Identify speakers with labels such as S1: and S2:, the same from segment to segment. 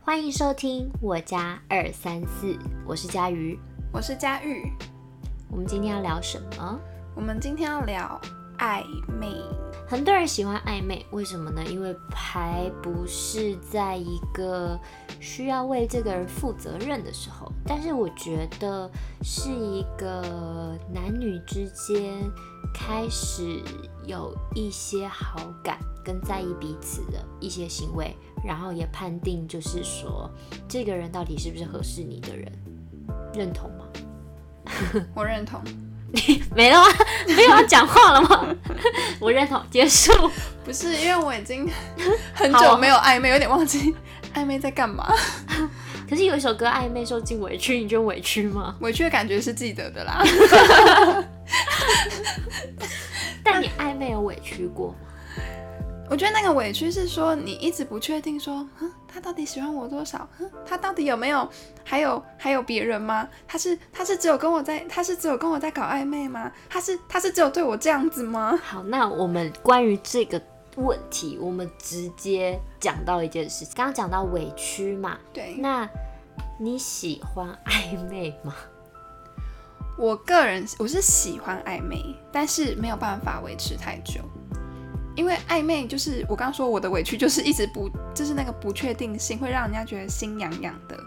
S1: 欢迎收听我家二三四，我是佳瑜。
S2: 我是佳玉。
S1: 我们今天要聊什么？
S2: 我们今天要聊暧昧，
S1: 很多人喜欢暧昧，为什么呢？因为还不是在一个需要为这个人负责任的时候。但是我觉得是一个男女之间开始有一些好感跟在意彼此的一些行为，然后也判定就是说这个人到底是不是合适你的人，认同吗？
S2: 我认同。
S1: 没了吗？没有要讲话了吗？ 我认同，结束。
S2: 不是因为我已经很
S1: 好
S2: 久没有暧昧，有点忘记 暧昧在干嘛。
S1: 可是有一首歌《暧昧受尽委屈》，你觉得委屈吗？
S2: 委屈的感觉是记得的啦。
S1: 但你暧昧有委屈过吗？
S2: 我觉得那个委屈是说你一直不确定说，哼，他到底喜欢我多少？哼，他到底有没有还有还有别人吗？他是他是只有跟我在他是只有跟我在搞暧昧吗？他是他是只有对我这样子吗？
S1: 好，那我们关于这个问题，我们直接讲到一件事情。刚刚讲到委屈嘛，
S2: 对，
S1: 那你喜欢暧昧吗？
S2: 我个人我是喜欢暧昧，但是没有办法维持太久，因为暧昧就是我刚说我的委屈就是一直不就是那个不确定性会让人家觉得心痒痒的，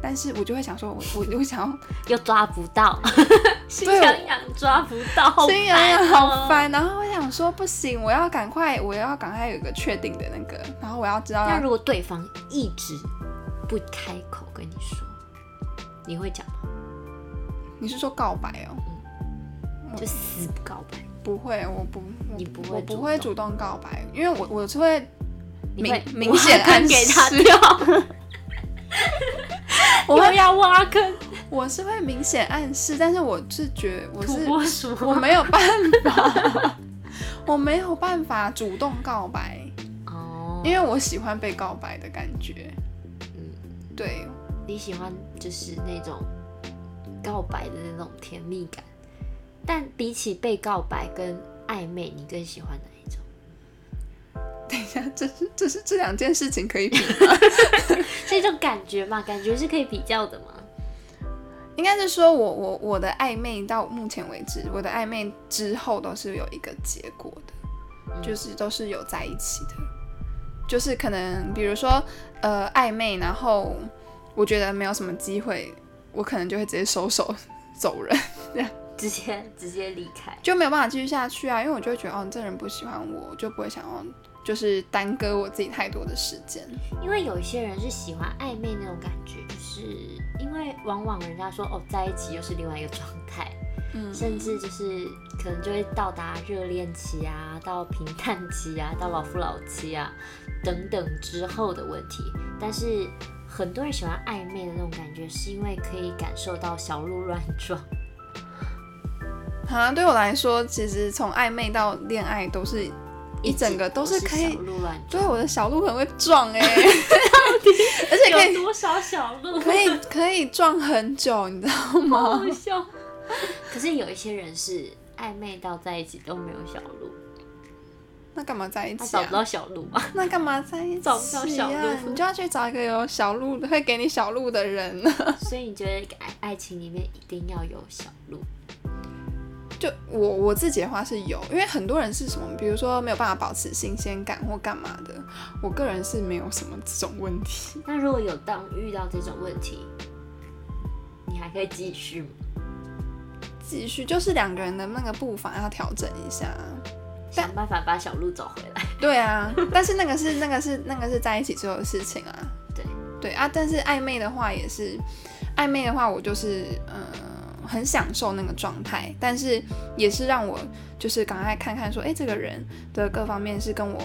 S2: 但是我就会想说我 我我想要
S1: 又抓不到， 心
S2: 对我
S1: 痒痒抓不到，好哦
S2: 心痒痒好
S1: 烦
S2: 烦，啊然后我想说不行，我要赶快我要赶快有一个确定的那个，然后我要知道
S1: 哦。
S2: 要
S1: 那如果对方一直不开口跟你说，你会讲吗？
S2: 你是说告白哦？嗯
S1: 就死不告白，
S2: 不会，我不我
S1: 你不会
S2: 我
S1: 主
S2: 不会
S1: 动
S2: 主动告白，因为我我是会
S1: 你
S2: 明
S1: 会
S2: 明显
S1: 挖坑
S2: 暗
S1: 给他
S2: 示
S1: 掉，
S2: 我
S1: 又
S2: 会
S1: 要挖坑
S2: 我是会明显暗示，但是我是觉我
S1: 土
S2: 是
S1: 拨鼠
S2: 我没有办法，我没有办法主动告白，
S1: 哦，
S2: 因为我喜欢被告白的感觉。
S1: 嗯
S2: 对，
S1: 你喜欢就是那种告白的那种甜蜜感，但比起被告白跟暧昧，你更喜欢哪一种？
S2: 等一下，这是这是这两件事情可以 比，
S1: 这种感觉嘛，感觉是可以比较的嘛。
S2: 应该是说我我我的暧昧到目前为止，我的暧昧之后都是有一个结果的，
S1: 嗯
S2: 就是都是有在一起的，就是可能比如说呃暧昧，然后我觉得没有什么机会，我可能就会直接收手走人。
S1: 直接直接离开，
S2: 就没有办法继续下去啊，因为我就会觉得哦，你这人不喜欢我，我就不会想要就是耽搁我自己太多的时间。
S1: 因为有一些人是喜欢暧昧那种感觉，就是因为往往人家说哦，在一起又是另外一个状态，
S2: 嗯，
S1: 甚至就是可能就会到达热恋期啊，到平淡期啊，到老夫老妻啊等等之后的问题。但是很多人喜欢暧昧的那种感觉，是因为可以感受到小鹿乱 撞。
S2: 好像对我来说，其实从暧昧到恋爱都是一整个都
S1: 是
S2: 是可以
S1: 小，鹿乱
S2: 对我的小鹿很会撞 哎、而且可
S1: 撞，有
S2: 以
S1: 多少小 鹿？
S2: 可以可以撞很久，你知道吗？
S1: 好笑。 可是有一些人是暧昧到在一起都没有小鹿，
S2: 那干嘛在一
S1: 他
S2: 起
S1: 找不
S2: 啊？
S1: 到小鹿 嘛？
S2: 那干嘛在一起、
S1: 找
S2: 啊？
S1: 不到小鹿
S2: 你就要去找一个有小鹿的，会给你小鹿的人。
S1: 所以你觉得爱爱情里面一定要有小鹿？
S2: 就我我自己的话是有，因为很多人是什么，比如说没有办法保持新鲜感或干嘛的，我个人是没有什么这种问题。
S1: 那如果有当遇到这种问题，你还可以继续吗？
S2: 继续就是两个人的那个步伐要调整一下。但
S1: 想办法把小鹿找回来。
S2: 对啊，但是那个是那个是那个是在一起之后的事情啊。
S1: 对
S2: 对啊，但是暧昧的话也是，暧昧的话我就是呃很享受那个状态，但是也是让我就是赶快看看说，哎、这个人的各方面是跟我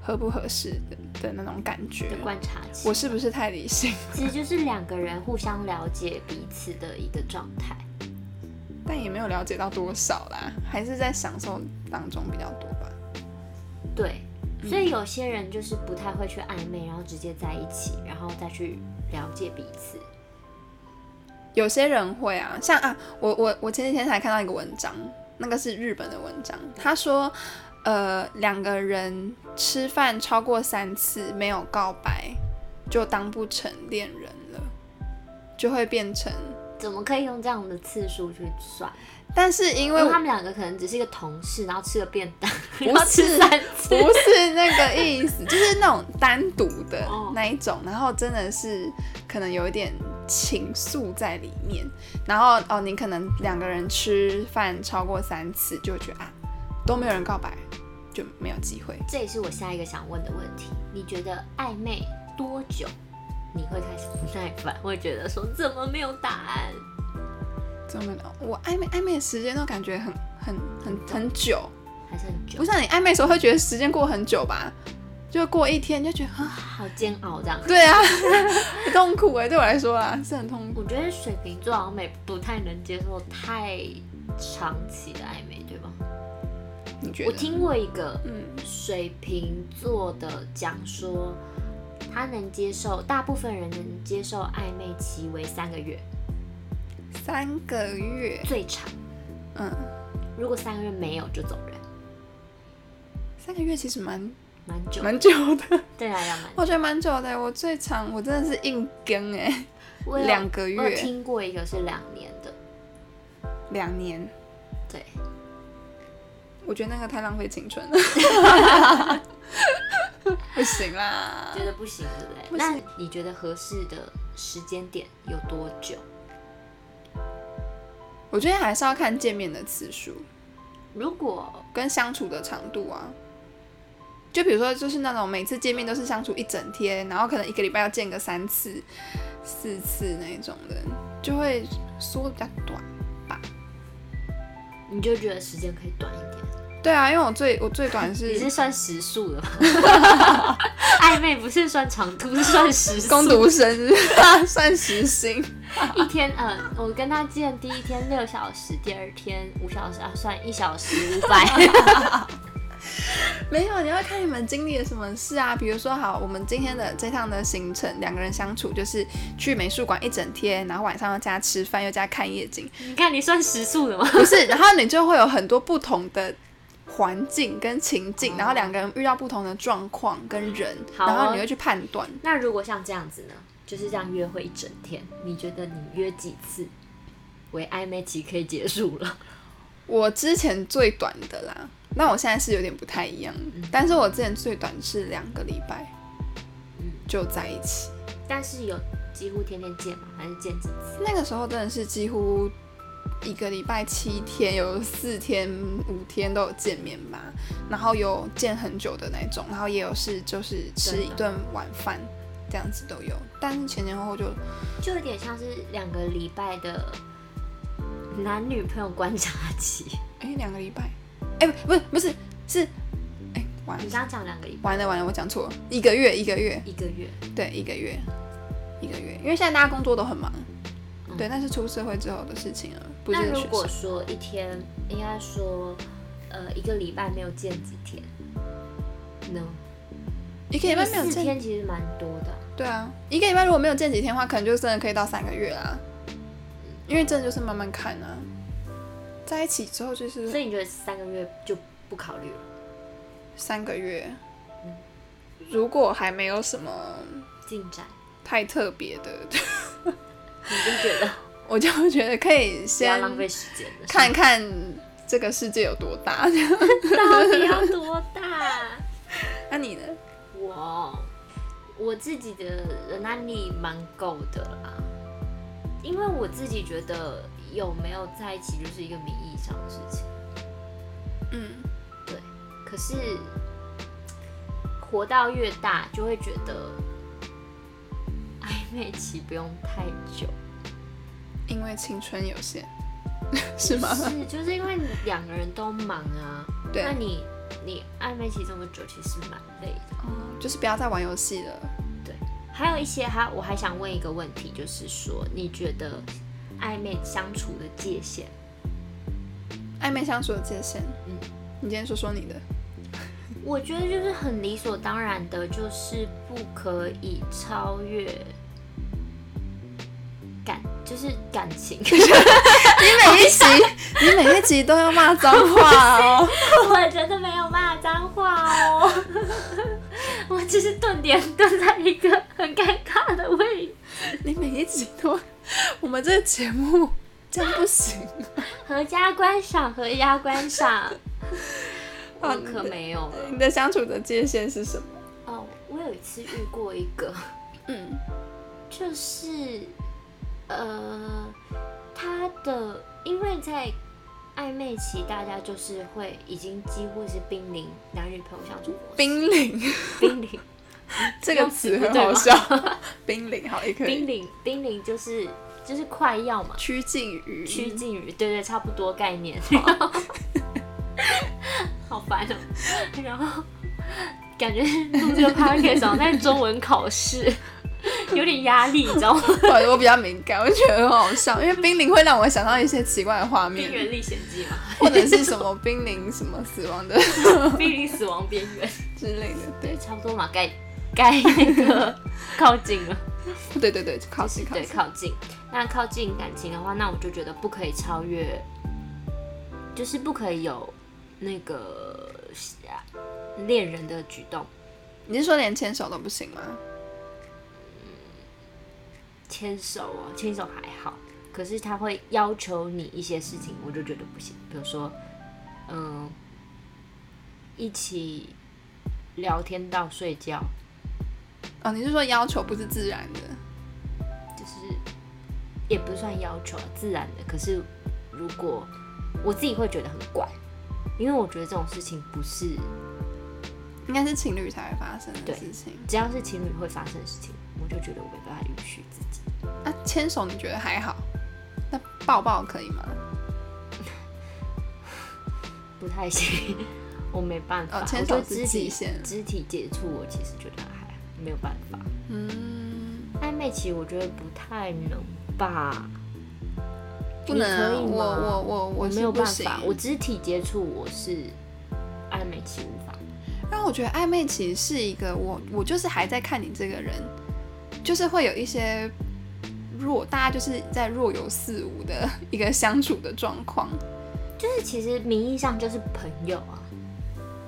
S2: 合不合适的的那种感觉。
S1: 的观察期，
S2: 我是不是太理性？
S1: 其实就是两个人互相了解彼此的一个状态。
S2: 但也没有了解到多少啦，还是在享受当中比较多吧。
S1: 对，嗯所以有些人就是不太会去暧昧，然后直接在一起，然后再去了解彼此。
S2: 有些人会啊，像啊，我我我前几天才看到一个文章，那个是日本的文章，他说，呃，两个人吃饭超过三次没有告白，就当不成恋人了，就会变成。
S1: 怎么可以用这样的次数去算？
S2: 但是因
S1: 因
S2: 为
S1: 为
S2: 我
S1: 他们两个可能只是一个同事，然后吃个便当，
S2: 是
S1: 然后吃三次
S2: 不，是那个意 思，就是那种单独的
S1: 哦
S2: 那一种，然后真的是可能有一点情愫在里面，然后哦，你可能两个人吃饭超过三次，就会觉得啊都没有人告白，就没有机会。
S1: 这也是我下一个想问的问题。你觉得暧昧多久你会开始不耐烦，会觉得说怎么没有答案？
S2: 怎么了？我暧昧暧昧的时间都感觉很很很很久，
S1: 还是很久
S2: 不，像你暧昧的时候会觉得时间过很久吧，就过一天就觉得啊，
S1: 好煎熬这样。
S2: 对啊， 很痛苦哎、对我来说啊是很痛苦。
S1: 我觉得水瓶座好像没不太能接受太长期的暧昧，对吧？
S2: 你觉得？
S1: 我听过一个
S2: 嗯
S1: 水瓶座的讲说，他能接受，大部分人能接受暧昧期为三个月
S2: 三个月，
S1: 最长，
S2: 嗯，
S1: 如果三个月没有就走人，
S2: 三个月其实蛮
S1: 蛮久，
S2: 蛮久的，
S1: 对啊来讲蛮久。
S2: 我觉得蛮久的。欸我最长我真的是硬跟哎、
S1: 我有
S2: 两个
S1: 我有
S2: 月，
S1: 听过一个是两年的，
S2: 两年，
S1: 对，
S2: 我觉得那个太浪费 青春了，不行啦
S1: 觉。得不行，对不对？
S2: 不行
S1: 那你觉得合适的时间点有多久？
S2: 我觉得还是要看见面的次数
S1: 如果
S2: 跟相处的长度啊。就比如说，就是那种每次见面都是相处一整天，然后可能一个礼拜要见个三次、四次那一种的，就会缩的比较短。
S1: 你就觉得时间可以短一点，
S2: 对啊，因为我最我最短是
S1: 你是算时速的吧？ 暧昧不是算长度，是算时速。
S2: 攻读生是不是算时薪，
S1: 一天，呃，我跟他见第一天六小时，第二天五小时，啊，算一小时五百。
S2: 没有，你要看你们经历了什么事啊。比如说，好，我们今天的这趟的行程，两个人相处就是去美术馆一整天，然后晚上又加吃饭，又加看夜 景，
S1: 你看你算时速的吗？
S2: 不是，然后你就会有很多不同的。环境跟情境，然后两个人遇到不同的状况跟人，
S1: 好哦
S2: 然后你会去判断。
S1: 那如果像这样子呢，就是这样约会一整天，你觉得你约几次为暧昧期可以结束 了？
S2: 我之前最短的啦，那我现在是有点不太一样，但是我之前最短是两个礼拜
S1: 嗯，
S2: 就在一起。
S1: 但是有几乎天天见吗？还是见几次？
S2: 那个时候真的是几乎一个礼拜七天，有四天、五天都有见面吧，然后有见很久的那种，然后也有是就是吃一顿晚饭这样子都有，但是前前后后就
S1: 就有点像是两个礼拜的男女朋友观察期。
S2: 哎两、个礼拜，哎、不是不是是哎、完
S1: 你
S2: 了
S1: 刚刚讲两个礼拜，
S2: 完了完了，我讲错了，一个月一个月，
S1: 一个月，
S2: 对一个月一个月，因为现在大家工作都很忙，
S1: 嗯
S2: 对，那是出社会之后的事情了，不
S1: 那
S2: 是
S1: 如
S2: 学
S1: 果
S2: 生。
S1: 说一天，应该说，呃，一个礼拜没有见几天呢？
S2: 一个礼拜没有
S1: 四
S2: 见
S1: 天其实蛮多的。
S2: 对啊，一个礼拜如果没有见几天的话，可能就真的可以到三个月啦。因为真的就是慢慢看啊，在一起之后就是
S1: 所以你觉得三个月就不考虑了？
S2: 三个月。如果还没有什么
S1: 进展，
S2: 太特别的，
S1: 你就觉得
S2: 我就觉得可以
S1: 不要
S2: 先
S1: 浪费时间了？
S2: 看看这个世界有多大。
S1: 到底要多大？
S2: 那你呢？
S1: 我我自己的忍耐力蛮够的啦，因为我自己觉得有没有在一起就是一个名义上的事情。
S2: 嗯，
S1: 对，可是活到越大，就会觉得暧昧期不用太久，
S2: 因为青春有限， 是吗？
S1: 是就是因为两个人都忙啊，
S2: 对
S1: 那，你你暧昧期这么久，其实蛮累的。
S2: 哦就是不要再玩游戏了。
S1: 还有一些还我还想问一个问题，就是说你觉得暧昧相处的界限，
S2: 暧昧相处的界限，
S1: 嗯
S2: 你今天说说你的。
S1: 我觉得就是很理所当然的，就是不可以超越感，就是感情。
S2: 每一集，你每一集都要骂脏话哦。
S1: 我真的没有骂脏话哦，我只是顿点顿在一个很尴
S2: 一集都，我们这个节目这样不行。
S1: 合家观赏，合家观赏。
S2: 好
S1: 我可没有了。
S2: 你的相处的界限是什么？
S1: 哦，我有一次遇过一个，
S2: 嗯，
S1: 就是呃，他的因为在暧昧期，大家就是会已经几乎是濒临男女朋友相处模式，
S2: 冰凌
S1: 濒临
S2: 这个词很好笑，冰凌好也可
S1: 濒
S2: 以。
S1: 临濒临就是就是快要嘛，
S2: 趋近于
S1: 趋近于，对对，差不多概念。然后嗯 好烦哦、然后感觉录这个 podcast 好像在中文考试，有点压力，你知道吗？
S2: 我我比较敏感，我觉得很好笑，因 为冰凌会让我想到一些奇怪的画
S1: 《边
S2: 面，
S1: 缘历险记》 嘛，
S2: 或者是什么冰凌什么死亡的
S1: 濒临死亡边缘，
S2: 之类的。
S1: 对，差不多嘛，该该那个靠近了，
S2: 对对对对，靠近 靠
S1: 对，
S2: 近。
S1: 靠近。那靠近感情的话，那我就觉得不可以超越，就是不可以有那个啊恋人的举动。
S2: 你是说连牵手都不行吗？
S1: 牵手哦，牵手还好，可是他会要求你一些事情，我就觉得不行。比如说，嗯，一起聊天到睡觉，
S2: 哦，你是说要求不是自然的？
S1: 就是也不算要求啊，自然的。可是如果我自己会觉得很怪，因为我觉得这种事情不是
S2: 应该是情侣才会发生的
S1: 对
S2: 事情。
S1: 只要是情侣会发生的事情，我就觉得我没办法允许自己。
S2: 啊，牵手你觉得还好？那抱抱可以吗？
S1: 不太行，我没办法。
S2: 哦
S1: 我
S2: 牵手
S1: 对
S2: 是
S1: 肢
S2: 极
S1: 体
S2: 限
S1: 肢体接触，我其实觉得还好没有办法。
S2: 嗯，
S1: 暧昧期我觉得不太能吧，
S2: 不能啊、
S1: 你可以吗
S2: 我我我
S1: 我
S2: 是
S1: 没有
S2: 不
S1: 办
S2: 行
S1: 法，我肢体接触我是暧昧期无法。
S2: 但我觉得暧昧其实是一个我我就是还在看你这个人，就是会有一些若大家就是在若有似无的一个相处的状况。
S1: 就是其实名义上就是朋友啊，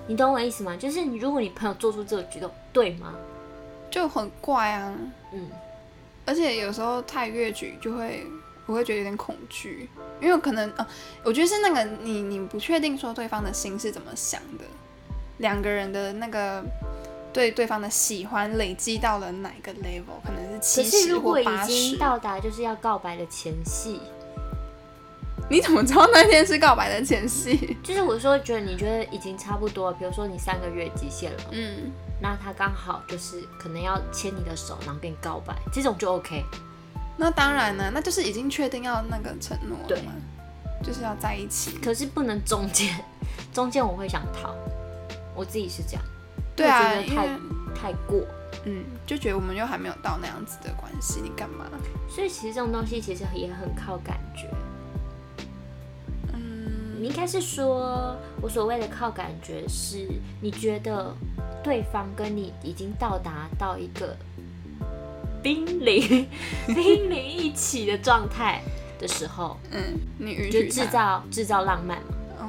S1: 你懂我意思吗？就是你如果你朋友做出这个举动，对吗？
S2: 就很怪啊。
S1: 嗯，
S2: 而且有时候太越矩就会，我会觉得有点恐惧，因为可能啊、呃我觉得是那个你你不确定说对方的心是怎么想的，两个人的那个对对方的喜欢累积到了哪个 level，可能是
S1: 可
S2: 七
S1: 是
S2: 十
S1: 如
S2: 或
S1: 果已
S2: 八十
S1: 经。到达就是要告白的前戏，
S2: 你怎么知道那天是告白的 前戏？
S1: 就是我说觉得你觉得已经差不多了，比如说你三个月极限了，
S2: 嗯，
S1: 那他刚好就是可能要牵你的手，然后跟你告白，这种就 OK。
S2: 那当然啊了，那就是已经确定要那个承诺
S1: 对
S2: 了嘛，就是要在一起。
S1: 可是不能中间，中间我会想逃，我自己是这样，
S2: 对啊，
S1: 我觉得
S2: 因
S1: 太
S2: 为
S1: 太过，
S2: 嗯，就觉得我们又还没有到那样子的关系，你干嘛？
S1: 所以其实这种东西其实也很靠感觉。
S2: 嗯，
S1: 你应该是说，我所谓的靠感觉是，你觉得对方跟你已经到达到一个濒 临濒临一起的状态的时 候，
S2: 嗯，你允
S1: 就
S2: 许
S1: 制
S2: 他
S1: 造制造浪漫嘛。
S2: 哦，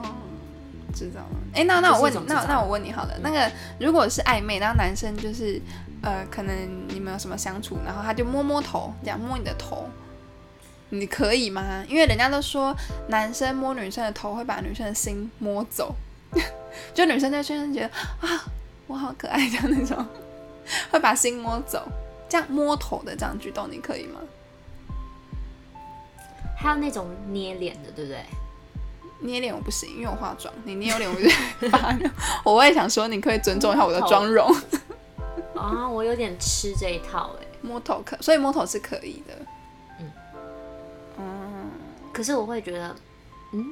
S2: 制造吗？哎、那那我问你
S1: 这是一种，制
S2: 那
S1: 造
S2: 那我问你好了，那个如果是暧昧，然后男生就是呃，可能你们有什么相处，然后他就摸摸头，这样摸你的头，你可以吗？因为人家都说男生摸女生的头会把女生的心摸走， 就女生在瞬间觉得啊，我好可爱这样那种， 会把心摸走。这样摸头的这样举动，你可以吗？
S1: 还有那种捏脸的，对不对？
S2: 捏脸我不行，因为我化妆。你捏我脸我就 发怒。我会想说，你可以尊重一下我的妆容。
S1: 啊，我有点吃这一套哎、
S2: 摸头可，所以摸头是可以的。
S1: 嗯
S2: 嗯，
S1: 可是我会觉得，嗯，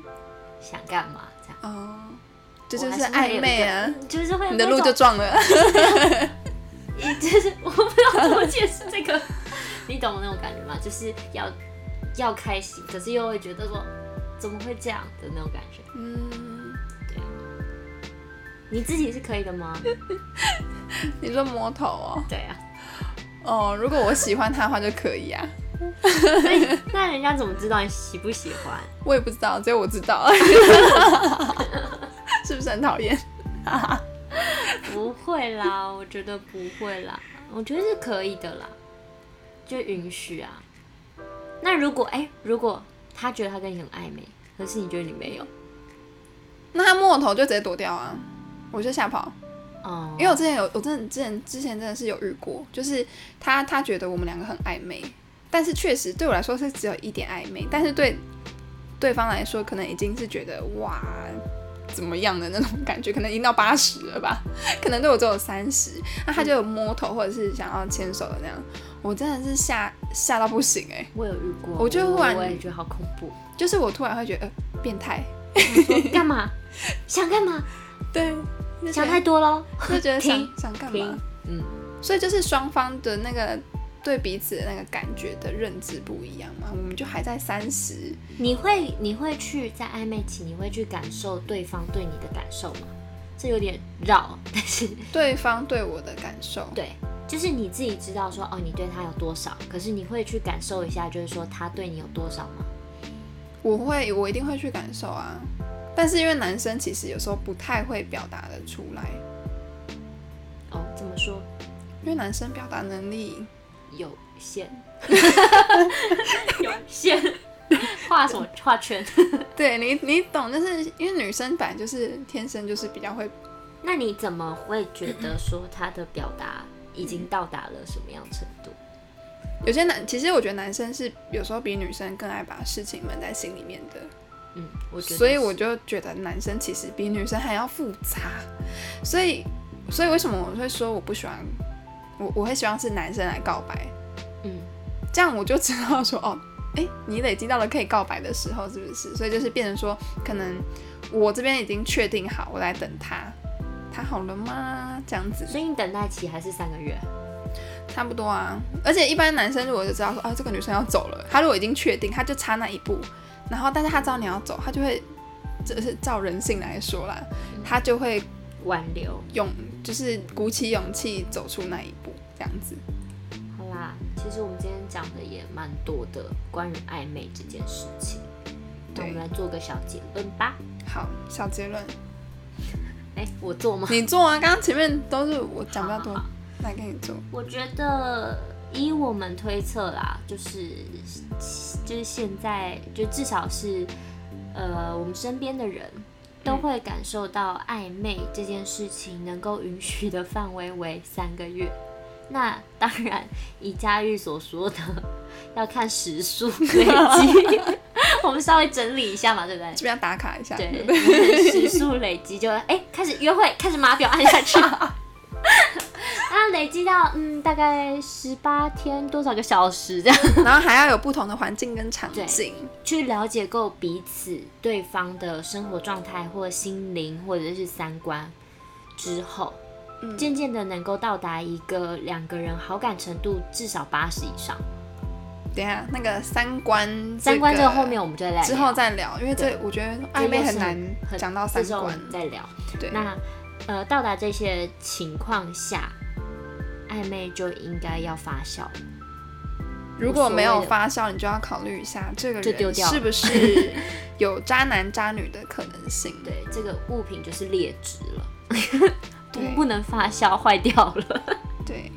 S1: 想干嘛这样？
S2: 哦，这就
S1: 我还
S2: 是
S1: 是会有一
S2: 暧
S1: 个
S2: 昧啊，
S1: 嗯就是会有
S2: 你的路
S1: 那
S2: 就
S1: 种
S2: 撞了。
S1: 就是我不知道怎么解释这个，你懂那种感觉吗？就是要要开心，可是又会觉得说怎么会这样的那种感觉。
S2: 嗯，
S1: 你自己是可以的吗？
S2: 你说摸头哦，
S1: 对啊，
S2: 哦，如果我喜欢他的话就可以啊，
S1: 所以那人家怎么知道你喜不喜欢？
S2: 我也不知道，只有我知道， 是不是很讨厌？
S1: 不会啦，我觉得不会啦，我觉得是可以的啦，就允许啊。那如果哎、如果他觉得他跟你很暧昧，可是你觉得你没有，
S2: 那他摸我头就直接躲掉啊，我就吓跑。
S1: 哦、
S2: 因为我之前有，我真的之前之前真的是有遇过，就是他他觉得我们两个很暧昧，但是确实对我来说是只有一点暧昧，但是对对方来说可能已经是觉得哇怎么样的那种感觉，可能已经到八十了吧，可能对我只有三十，那他就有摸头或者是想要牵手的那样，我真的是吓吓到不行哎、
S1: 我有遇过，
S2: 我就忽然
S1: 我也觉得好恐 怖，
S2: 就是我突然会觉得、呃、变态，
S1: 干嘛？想干嘛？
S2: 对，就觉
S1: 啊想
S2: 得
S1: 太多喽。
S2: 就觉得想
S1: 停
S2: 想干嘛
S1: 停。，嗯，
S2: 所以就是双方的那个对彼此的那个感觉的认知不一样嘛，我们就还在三十，
S1: 你会你会去在暧昧期，你会去感受对方对你的感受吗？这有点绕，但是
S2: 对方对我的感受，
S1: 对，就是你自己知道说哦，你对他有多少，可是你会去感受一下，就是说他对你有多少吗？
S2: 我会我一定会去感受啊。但是因为男生其实有时候不太会表达的出来，
S1: 哦，怎么说？
S2: 因为男生表达能力
S1: 有限， 有限，画什么画圈？
S2: 对你你懂，就是因为女生本来就是天生就是比较会
S1: 那你怎么会觉得说他的表达已经到达了什么样程度？
S2: 有些男，其实我觉得男生是有时候比女生更爱把事情闷在心里面的，
S1: 嗯，我觉得，
S2: 所以我就觉得男生其实比女生还要复杂，所以所以为什么我会说我不喜欢，我我会希望是男生来告白，
S1: 嗯，
S2: 这样我就知道说哦，哎，你累积到了可以告白的时候是不是？所以就是变成说，可能我这边已经确定好，我来等他，他好了吗？这样子
S1: 所以你等待期还是三个月？
S2: 差不多啊。而且一般男生如果就知道说啊，这个女生要走了，他如果已经确定，他就差那一步，然后但是他知道你要走，他就会。这是照人性来说啦，
S1: 嗯
S2: 他就会
S1: 挽留？
S2: 勇，就是鼓起勇气走出那一步，这样子。
S1: 好啦，其实我们今天讲的也蛮多的，关于暧昧这件事情。那
S2: 对
S1: 我们来做个小结论吧。
S2: 好，小结论，
S1: 哎、我做吗？
S2: 你做啊！刚刚前面都是我讲比较
S1: 好
S2: 多
S1: 好，
S2: 来给你做。
S1: 我觉得以我们推测啦，就是就是现在就至少是呃我们身边的人都会感受到暧昧这件事情能够允许的范围为三个月。 那当然，以佳玉所说的， 要看时数累积。 我们稍微整理一下嘛，对不对？
S2: 这边要打卡一下，
S1: 对
S2: 不，对？
S1: 时速累积就哎、开始约会，开始码表按下去。 啊，累积到嗯大概十八天多少个小时这样，
S2: 然后还要有不同的环境跟场景，
S1: 去了解够彼此对方的生活状态或心灵或者是三观之后，
S2: 嗯
S1: 渐渐的能够到达一个两个人好感程度至少八十以上。
S2: 等一下那个三观、
S1: 三观这个后面我们就来
S2: 之后再聊，因为这我觉得暧昧很难讲到三
S1: 这时候我
S2: 观。
S1: 们再聊。
S2: 对，
S1: 那呃，到达这些情况下，暧昧就应该要发酵。
S2: 如果没有
S1: 无所谓的
S2: 发酵，你就要考虑一下这个
S1: 就丢
S2: 人
S1: 掉了
S2: 是 不是有渣男渣女的可能性。
S1: 对，这个物品就是劣质了，不
S2: 对
S1: 不能发酵，坏掉了。
S2: 对，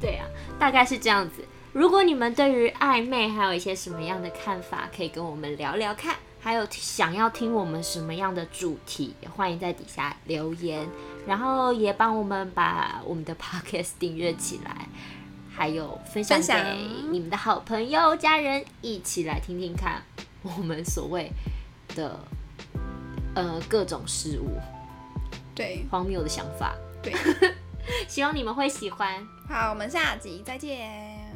S1: 对啊，大概是这样子。如果你们对于暧昧还有一些什么样的看法，可以跟我们聊聊看。还有想要听我们什么样的主题，也欢迎在底下留言，然后也帮我们把我们的 podcast 订阅起来，还有分享
S2: 分享
S1: 给你们的好朋友、家人，一起来听听看我们所谓的呃各种事物
S2: 对，
S1: 荒谬的想法。
S2: 对，
S1: 希望你们会喜欢。
S2: 好，我们下集再见。